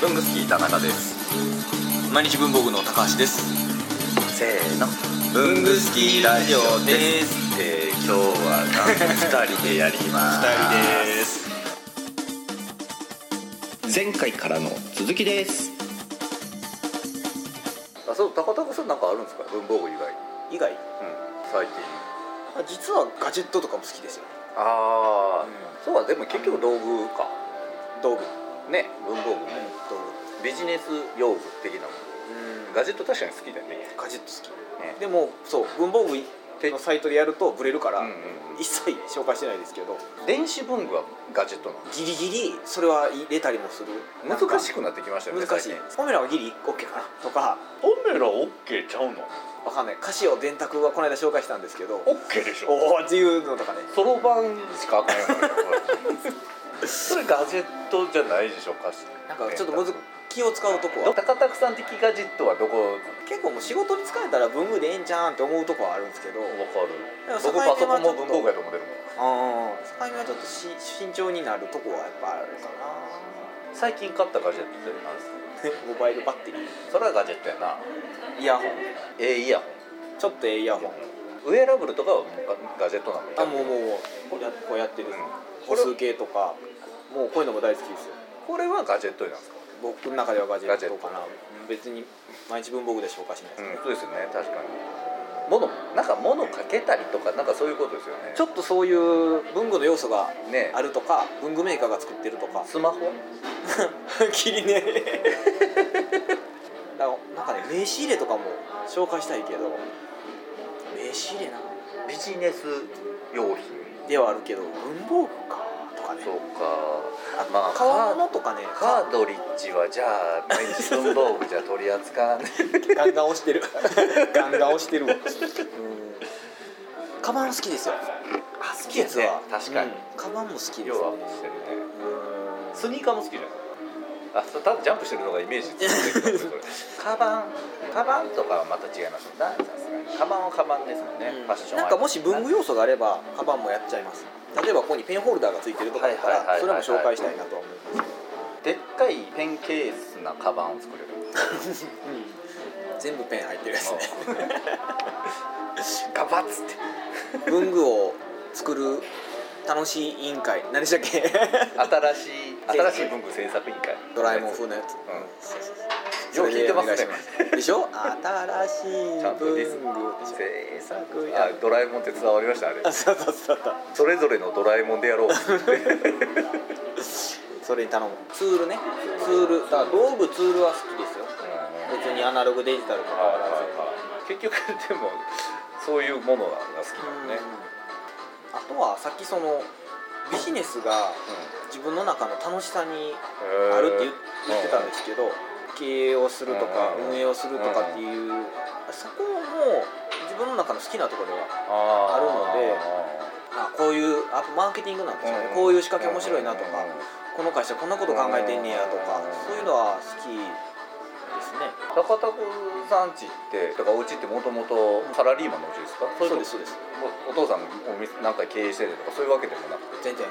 文具好き田中です毎日文房具の高橋ですせーの文具好きラジオですえー、今日はなんと二人でやりますす前回からの続きですあそう高田さんなんかあるんですか文房具以外に以外最近あ実はガジェットとかも好きですよああ、そうかでも結局道具か道具ね文房具ね道ビジネス用具的なも具のガガジェット確かに好きだよねガジェット好き、ねでもそう文房具のサイトでやるとブレるから、うんうん一切紹介してないですけど電子文具はガジェットなギリギリそれは入れたりもするの難しくくなってきましたよね難しい最近ポメラはギリ OK かなとかポメラオッケーちゃうのわかんないカシオ電卓はこの間紹介したんですけどオッケーでしょおおっていうのとかねそろばんしかあかんよねそれガジェットじゃないでしょかしなんかちょっとむず気を使うとこどは高田さん的ガジェットはどこ結構もう仕事に疲れたら文具でええんちゃうんって思うとこはあるんですけどわかるでも境僕目パはちソょコっンもと文房具やと思ってるもんああ境目はちょっとし慎重になるとこはやっぱあるかな最近買ったガジェットって何ですかモバイルバッテリそれはガジェットやなーイヤホンええイヤホちょっとええイヤホンンウェアラブルとかはもうガガジェットなのあもうもうもうこうやこうやってる歩数計とかもうこういうのも大好きですよこれはガジェットになんですか僕の中ではガジェットかなガ別に毎日文房具で紹介しないですね、うんそうですよね確かに物なんか物かけたりとかなんかそういうことですよねちょっとそういう文具の要素がねあるとか文具メーカーが作ってるとか スマホきりねだからなんかね名刺入れとかも紹介したいけど名刺入れなビジネス用品ではあるけど文房具かとかねそうかまあ買わカー物とかねカードリッジはじゃあ毎日文房具じゃ取り扱わないガンガン押 してるガンガン押してるわカバン好きですよあ好季節は確かに、うんカバンも好きですね要はしてるねうんスニーカーも好きじゃないあそうただジャンプしてるのがイメージついてるそれ カバンカバンとかはまた違いますよなさすがにカバンはカバンですもんね、ファッションなんかもし文具用要素があればカバンもやっちゃいます例えばここにペンホルダーがついてるとかだったはいはいはらいそはいはいれも紹介したいなとは思いますでっかいペンケースなカバンを作れ る全部ペン入ってるやつねガバッつって文具を作る楽しい委員会何でしたっけ新しい新しい文具制作委員会 ドラえもん風のやつうそうよそうそうう聞いてますねそれでお願いしますでしょ新しいちゃんと文具リスでしん制ょ作あドラえもんって伝わりましたあれあそうそうそうそうそれぞれのドラえもんでやろう それに頼むツールねツールだから道具ツールは好きですよ別にアナログデジタルとかはらず結局でもそういうものが好きなのね、あとはさっきそのビジネスが自分の中の楽しさにあるって言言ってたんですけど経営をするとかうんうんうん運営をするとかっていうそこも自分の中の好きなところではああるのであこういうあマーケティングなんですよねこういう仕掛け面白いなとかこの会社こんなこと考えてんねやとかうんそういうのは好きですね高田さん家ってとかお家ってもともとサラリーマンのお家ですかそうですそうですおお父さんお店なんか経営してるとかそういうわけでもなく全然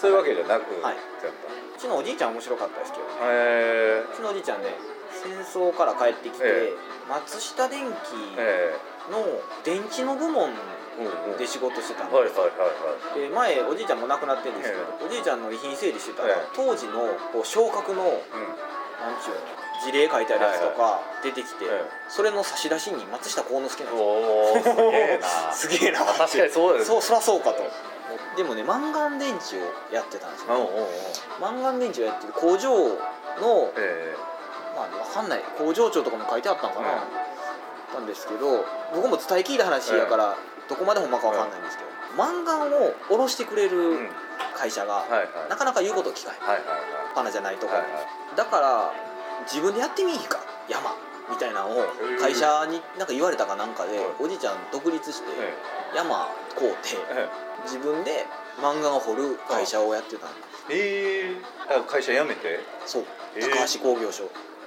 そういうわけじゃなくはいだっうちのおじいちゃん面白かったですけどたへうちのおじいちゃんね戦争から帰ってきて、え松下電機ええの電池の部門えうんうんで仕事してたんはいはいではいす、で前おじいちゃんも亡くなってるんですけど、おじいちゃんの遺品整理してたら、ええ当時のこう昇格のはなんちゅうの事例書いてあるやつとか出てきて、ええそれの差出しに松下幸之助なんいうんですよおおすげえなすげえ な確かにそうですそうそらそうかとでもねマンガン電池をやってたんですうんうんよ、うんマンガン電池をやってる工場のえまあ分かんない工場長とかも書いてあったのかな、うんなんですけど僕も伝え聞いた話やから、どこまでほんまか分かんないんですけど、漫画を下ろしてくれえうるん会社が、はいはいなかなか言うことを聞かないはいはい花じゃないとか、はいはいだから自分でやってみいひんか山みたいなのをー会社になんか言われたかなんかで、はいおじいちゃん独立して、え山買うてええ自分で漫画を掘る会社をやってたんですええだから会社辞めてそうえー高橋工業所、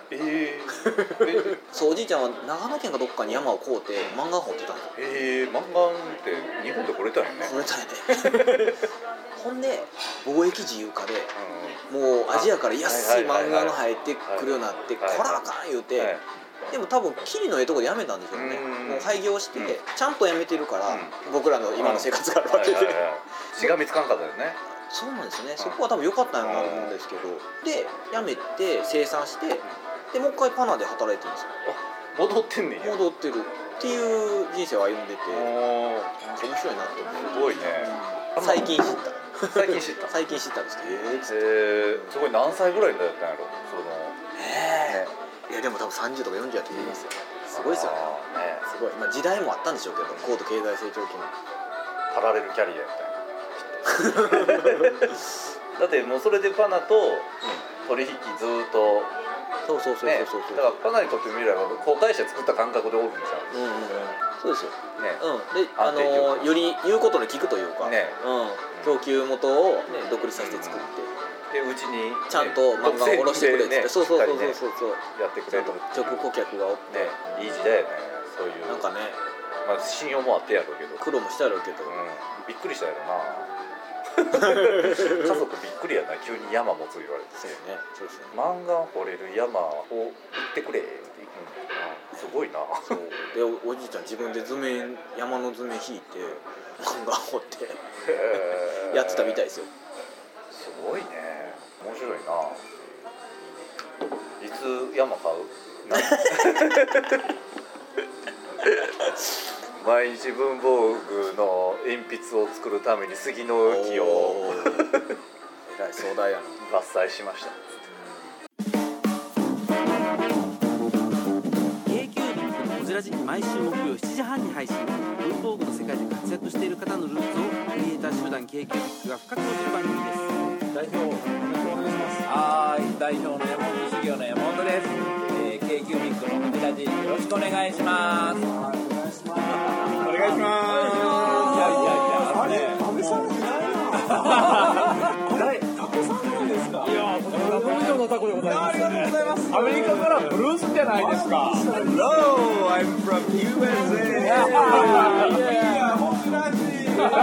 え そうおじいちゃんは長野県かどっかに山を買うて漫画掘ってたのえええマンガンって日本でこれたよねこれたやで ほんで貿易自由化でもうアジアから安い漫画の入ってくるようになってこはいはいはいはいらあかん言ううんて、はいでも多分キリのええとこでやめたんでしょうねうんもう廃業してちゃんとやめてるから、う僕らの今の生活があるわけで、はいはいはい血が見つかんかったよねそうなんですねそこは多分良かったんやなと思うんですけどでやめて生産してでもう一回パナで働いてるんです戻ってんねんやよ戻ってるっていう人生を歩んでておーなんか面白いなってす思ごいねう最近知っ 最近知ったた最近知ったんですけどえーっつっえてー、すごい何歳ぐらいだったんやろそのええいやでも多分30とか40やと思いますよすごいですよねあーねすごい、まあ、時代もあったんでしょうけど高度経済成長期のパラレルキャリアみ たいなだってもうそれでパナと取引ずっとそうそうそうねそうそうだからパナにとってみれば公開者作った感覚でおるんじゃうんうんうんそうですよんねうん、で、あ安定供給のより言うことに聞くというか、ねうん、供給元を、ね、独立させて作って、でうちにねちゃんと漫画を下ろしてくれっつって、ねそうそうそうしっかそりうそうそう、ねやってくちゃれんると直顧客がおって、ねいい時代やねそういうなんかねまあ、信用もあってやろうけど、うん、苦労もしたやろうけど、びっくりしたや ろな家族びっくりやな急に山持つ言われてそうねそうですよね、漫画を掘れる山を売ってくれって言うんだよなすごいなそうでおおじいちゃん自分で図面山の図面引いて漫画掘ってやってたみたいですよすごいね面白いないつ山 買う毎日文房具の鉛筆を作るために杉の木をおーえらい壮大やな伐採しました k q b のオジラジ毎週木曜7時半に配信文房具の世界で活躍している方のルーツをクリエイター集団 k q b が深く落じる番組です代表お願いしますはい代表の山本修行の山本です、えー、k q ミックの藤田寺よろしくお願いしますお願いしますいやいやいや安倍さんじゃないの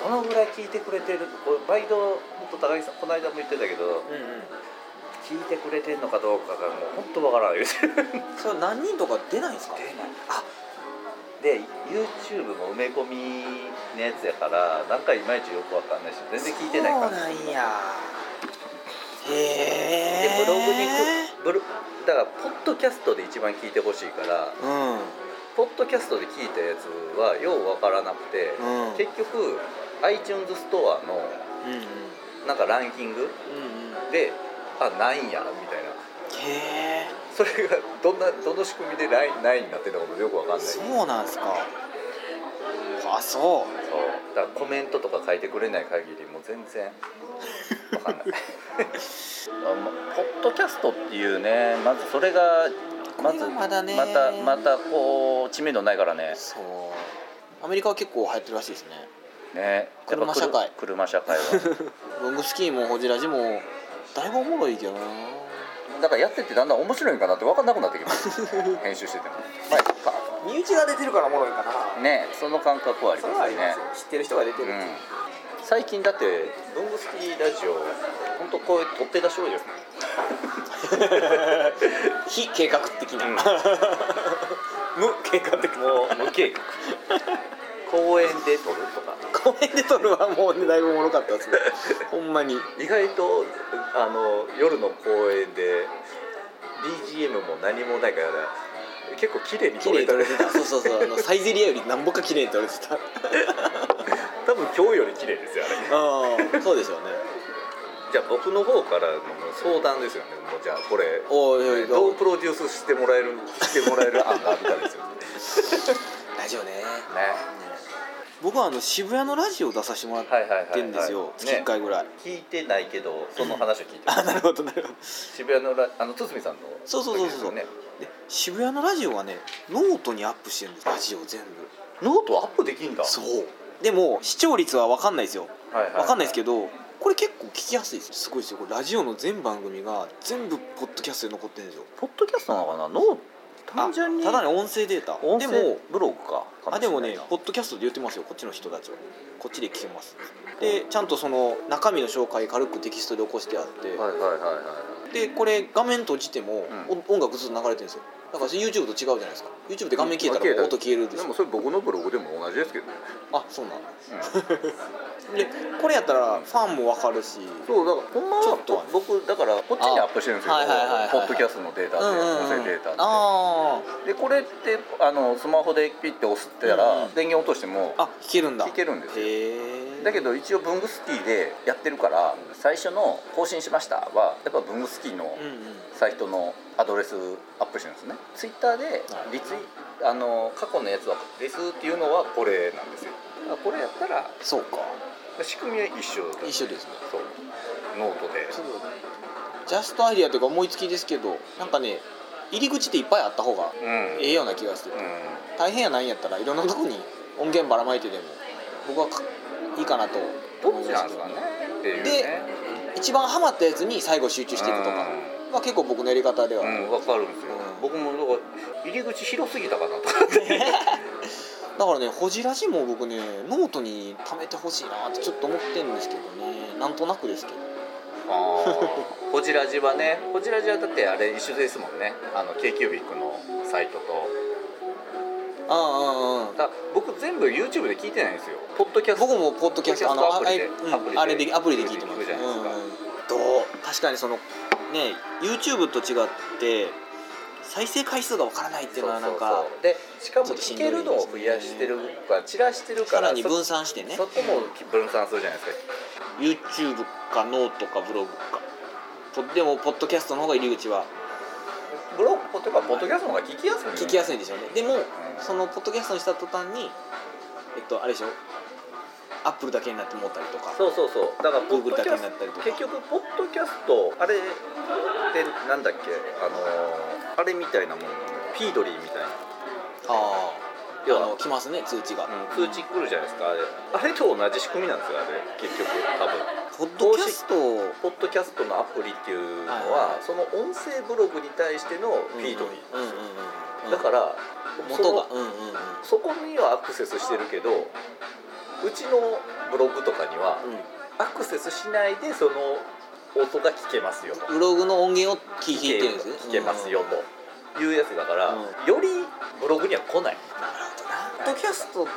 どのぐらい聞いてくれてるこれ毎度本当高木さんこの間も言ってたけどうんうん聞いてくれてんのかどうかがもう本当わからないです出ないそれ何人とか出ないんですかあ で YouTube も埋め込みのやつやからなんかいまいちよくわかんないし全然聞いてないからそうなんやでへえブログにくブロだからポッドキャストで一番聞いてほしいからポッドキャストで聞いたやつはようわからなくて、うんうん結局 iTunes ストアのうんうんなんかランキングうんうんであないんやみたいなへえそれがどんなどの仕組みでないないになってるのかもよくわかんないそうそうなんですかあそだからコメントとか書いてくれない限りもう全然わかんない あまポッドキャストっていうねまずそれがまずこれがまだねまたまたこう知名度ないからねうそうアメリカは結構流行ってるらしいですねね車やっぱくる社会車社会は ロングスキーもホジラジもだいぶおもろいけどなだからやってってだんだん面白いんかなって分かんなくなってきます 編集しててもはいパ身内が出てるからおもろいかーなンねその感覚はありますよね知ってる人が出てるうん、最近だって文具好きラジオ本当こういう取っ手出し多いですね非計画的な、うん無計画的もう無計画公園で撮るとかコメンで撮るはもうねだいぶおもろかったですねほんまに意外とあの夜の公園で BGM も何もないから結構綺麗に撮綺麗れにたね撮れてたそうそうそうあのサイゼリアより何ぼか綺麗に撮れてたあ多分今日より綺麗ですよあれあそうでしょうねじゃあ僕の方からの相談ですよねもうじゃあこれおーいおいおいどうプロデュースしてもらえるしてもらえる案があったんですよねラジオね ね僕はあの渋谷のラジオ出させてもらってんですよ、はいはいはいはい月1回ぐらい、聞いてないけどその話を聞いてあなるるほどなるほど渋谷のラあの堤さんのそうそうそうそう時ですよねで渋谷のラジオはねノートにアップしてるんですラジオ全部ノートアップできんだそうでも視聴率は分かんないですよはいはい分かんないですけどこれ結構聞きやすいですすごいですよこれラジオの全番組が全部ポッドキャストで残ってるんですよポッドキャストなのかなノー単純にあただね音声データ音で声もブログかかあしれでもないねなポッドキャストで言ってますよこっちの人たちはこっちで聞けますでちゃんとその中身の紹介軽くテキストで起こしてあって、はいはいはいはいでこれ画面閉じても、うお音楽ずっと流れてるんですよだから YouTube と違うじゃないですか YouTube で画面消えた消えたらもう音消えるででしょもそれ僕のブログでも同じですけどね、あそうなんだうんでこれやったらファンもわかるしそうだからほんまちょっとははね僕だからこっちにアップしてるんですよあはいはいはいはいポッドキャストのデータでうんうんうん音声データであでこれってあのスマホでピッて押したうんら、うん電源落としてもーあ聞けるんだ聞けるんですよへえだけど一応文具スキーでやってるから最初の「更新しました」はやっぱ文具スキーのうんうんサイトのアドレスアップしてるんですねツイッターでリツイあの過去のやつはですっていうのはこれなんですよだからこれやったらそうか仕組みは一緒だ一緒ですねそうノートでちょっとジャストアイディアというか思いつきですけどなんかね入り口っていっぱいあった方がうんええような気がして、うん大変やないんやったらいろんなとこに音源ばらまいてでも僕はかいいかなとど思っいちまなんすですけどかねっていうでね一番ハマったやつに最後集中していくとかは結構僕のやり方では、うんわかるんですようん僕もだから入り口広すぎたかなとかってだからねホジラジも僕ねノートに貯めてほしいなってちょっと思ってるんですけどねなんとなくですけどあーホジラジはねホジラジはだってあれ一緒ですもんねあの k キュービックのサイトとああああああだから僕全部 YouTube で聞いてないんですよポッドキャスト僕もポッドキャストあポッのあドキャストあアプリでうんあれでアプリで聞いてます聞くじゃないですかうんうんどう確かにそのね YouTube と違って再生回数がわからないっていうのはなんかそうそうそうでしかもちょっとし聞んどいけるのを増やしてるから散らしてるかさららに分散してねそそこも分散するじゃないです YouTube かノートかブログかポでもポッドキャストの方が入り口はかブロックとかポッドキャストの方が聞きやすいんです聞よきやすいんでしょうねでもそのポッドキャストにした途端にえっとあれでしょアップルだけになってもうたりとかそうそうそうだからポッ Google ドだキけャにスなトったりとか結局ポッドキャストあれってなんだっけあのーあれみたいなもんなのよフィードリーみたいなあ要ああはの来ますね通知が、うん、通知来るじゃないですかあれあれと同じ仕組みなんですよあれ結局多分ポッドキャストをポッドキャストのアプリっていうのはいはいははその音声ブログに対してのフィードリー、うんうんうんうん、だから元がそのうんうんうんそこにはアクセスしてるけどうちのブログとかにはアクセスしないでその音が聞けますよとブログの音源を聞いていってるんですね聞けますようんなるというやつだから、うんよりブログには来ないほどなポッドキャスト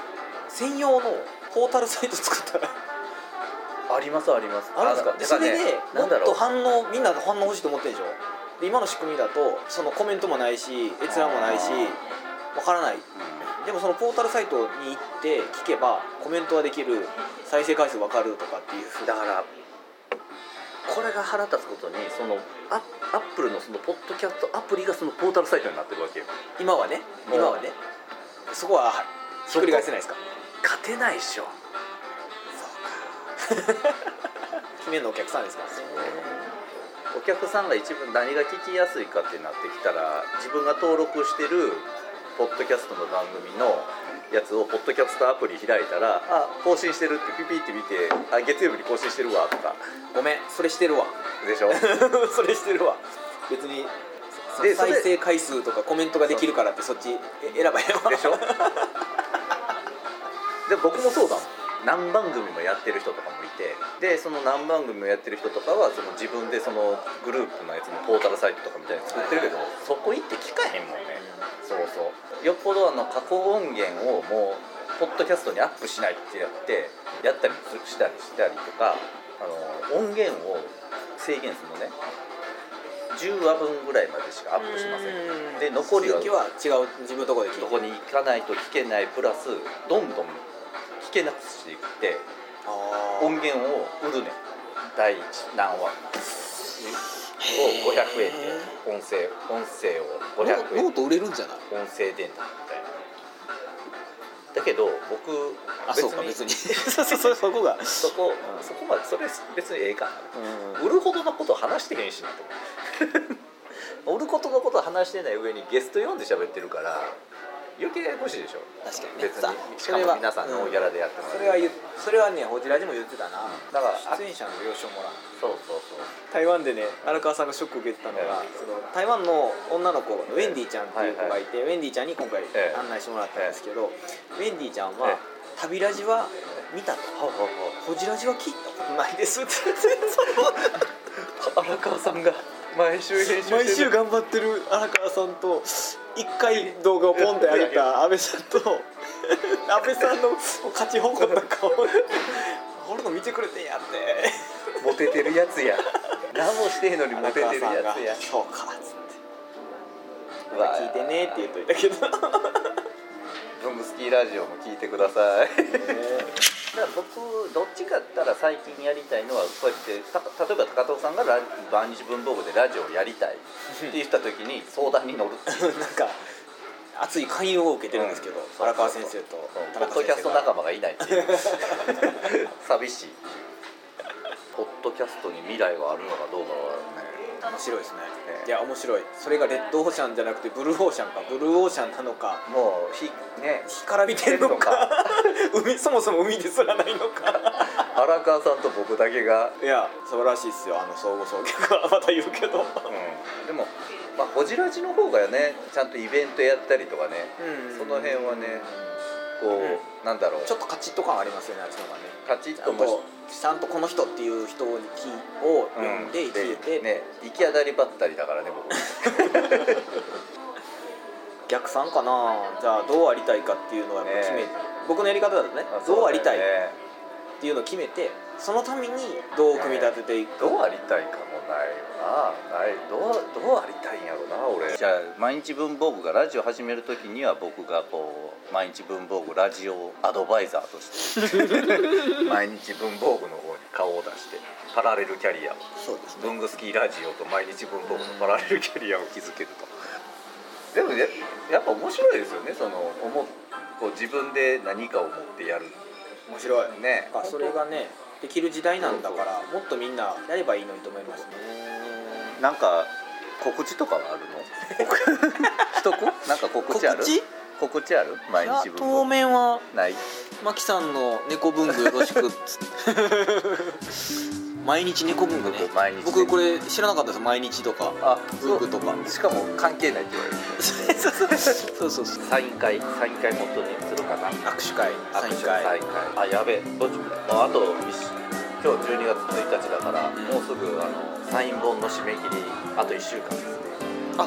専用のポータルサイト作ったらありますありますあるんですかでそれでもなんだっろとう反応みんなが反応欲しいと思ってるでしょで今の仕組みだとそのコメントもないし閲覧もないしわからないでもそのポータルサイトに行って聞けばコメントはできる再生回数わかるとかっていうふうだからこれが腹立つことにそのアアップルのそのポッドキャストアプリがそのポータルサイトになってるわけよ今はねもう今はねそこはひっくり返せないですか勝てないっしょ 決めるのお客さんですからねお客さんが一番何が聞きやすいかってなってきたら自分が登録してるポッドキャストの番組のやつをポッドキャストアプリ開いたら「あ更新してる」ってピピって見て「あ月曜日に更新してるわ」とかごめんそれしてるわでしょ それしてるわ別にそでそれ再生回数とかコメントができるからってそっちえ選ばへんわでしょで僕もそうだもん何番組もやってる人とかもいてでその何番組もやってる人とかはその自分でそのグループのやつのポータルサイトとかみたいに作ってるけどそこ行って聞かへんもんねそうそうよっぽどあの加工音源をもうポッドキャストにアップしないってやってやったりするしたりしたりとかあの音源を制限するのね10話分ぐらいまでしかアップしませんで残りは続きは違う自分のところで聞いてどこに行かないと聞けないプラスどんどん聞けなくしていってあー音源を売るねん第一何話を500円で音声音声を500ノ円ノート売れるんじゃない音声データみたいなだけど僕あそうか別に そうそうそうそこがそこそこまでそれ別にええかなうん売るほどのことを話してへんしなと 思って売ることのことを話してない上にゲスト読んで喋ってるから余計ややこしいでしょ確かにね別さにしそかれもは皆さんノーギャラでやってもそれらっはて言うそれはねホジラジも言ってたな、うんだから出演者の了承もらうそうそうそう台湾でね荒川さんがショック受けてたのが、ええその台湾の女の子ウェンディちゃんっていう子がいて、ウェンディちゃんに今回ええ案内してもらったんですけど、ウェンディちゃんは、ええ旅ラジは見たとはははホジラジは聞いたことないですってそ荒川さんが毎週編集してのる毎週頑張ってる荒川さんと一回動画をポンって上げた安倍さ んと安倍さんの勝ち誇った 顔で俺の見てくれてんやって。モテてるやつや 何もしてへんのにモ荒テてるやつ川さんがやそうかっつってうわ聞いてねって言っといたけどブングスキーラジオも聞いてくださいえだから僕どっちかって言ったら最近やりたいのはこうやってた例えば高藤さんがラ万日文房具でラジオをやりたいって言った時に相談に乗るっていうーなんか熱い勧誘を受けてるんですけど、うん荒川先生と田ポッ中ド先キャス生トが仲間がいないっていう 寂しいポッドキャストに未来はあるのかどうかはね面白いですねねいや面白いそれがレッドオーシャンじゃなくてブルーオーシャンかブルーオーシャンなのかもうひね干からびてんのか 海そもそも海ですらないのか荒川さんと僕だけが、いや素晴らしいっすよあの相互送客はまた言うけどうん、でもまあホジラジの方がねちゃんとイベントやったりとかね、うんその辺はねこう、なんだろうちょっとカチッと感ありますよねあっちの方がねカチッちゃとんもしとちゃんとこの人っていう人に聞を読んで聞いて、ね行き当たりばったりだからね 僕逆算かなじゃあどうありたいかっていうのはやっぱ決めて、ね僕のやり方だとねあそうだよねどうありたいっていうのを決めてそのためにどう組み立てていく、どうありたいかもないよなないどうどうありたいんやろな俺じゃあ毎日文房具がラジオ始める時には僕がこう毎日文房具ラジオアドバイザーとして 毎日文房具の方に顔を出してパラレルキャリアをそうです文具スキーラジオと毎日文房具のパラレルキャリアを築けるとでもややっぱ面白いですよねその思うこう自分で何かを持ってやる面白いねなんかそれがねできる時代なんだからもっとみんなやればいいのにと思いますねなんか告知とかはあるの しとくなんか告知ある告知告知ある毎日いや文当房具面はないマキさんの猫文具よろしくっつ って毎日猫文具ね毎日僕これ知らなかったです毎日とかあ文具とかしかも関係ないって言われる そうそうそうサイン会サイン会もっとにするかな握手会サイン会サイン会あやべえどっちもあと一週今日12月1日だから、もうすぐあのサイン本の締め切りあと1週間ですねあ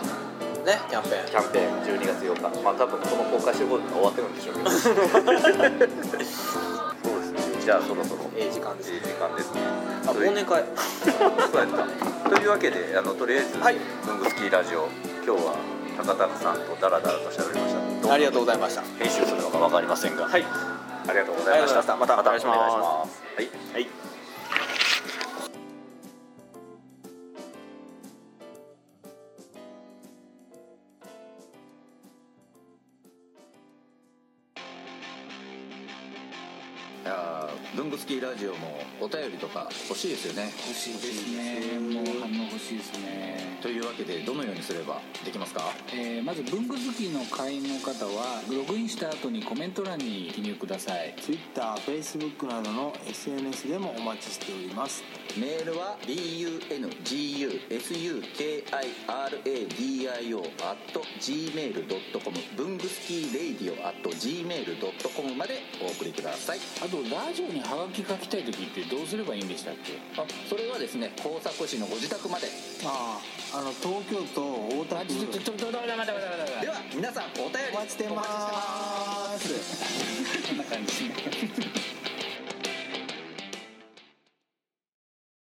ねキャンペーンキャンペーン12月8日まあ多分この公開してこう終わってるんでしょうけど そうですねじゃあそろそろええ時間ですね時間ですねあ忘年会そうやったというわけであのとりあえず、はいブングスキーラジオ今日は高田さんとダラダラと喋りましたどうありがとうございました編集するのか分かりませんがはいありがとうございましたありがとうございましたまたお願いしますすはいはいいやー文具スキーラジオもお便りとか欲しいですよね欲しいですねもう反応欲しいですねというわけでどのようにすればできますかえーまず文具好きの会員の方はログインした後にコメント欄に記入ください TwitterFacebook などの SNS でもお待ちしておりますメールは bungusukiradio.gmail.com 文具スキーラディオ .gmail.com までお送りくださいあとラジオにハガキ書きたい時ってどうすればいいんでしたっけあそれはですね工作士のご自宅まであああの東京都大田あ区ちょちょちょちょ待って待って待って待ってでは皆さんお便りお待ちしてますこんな感じ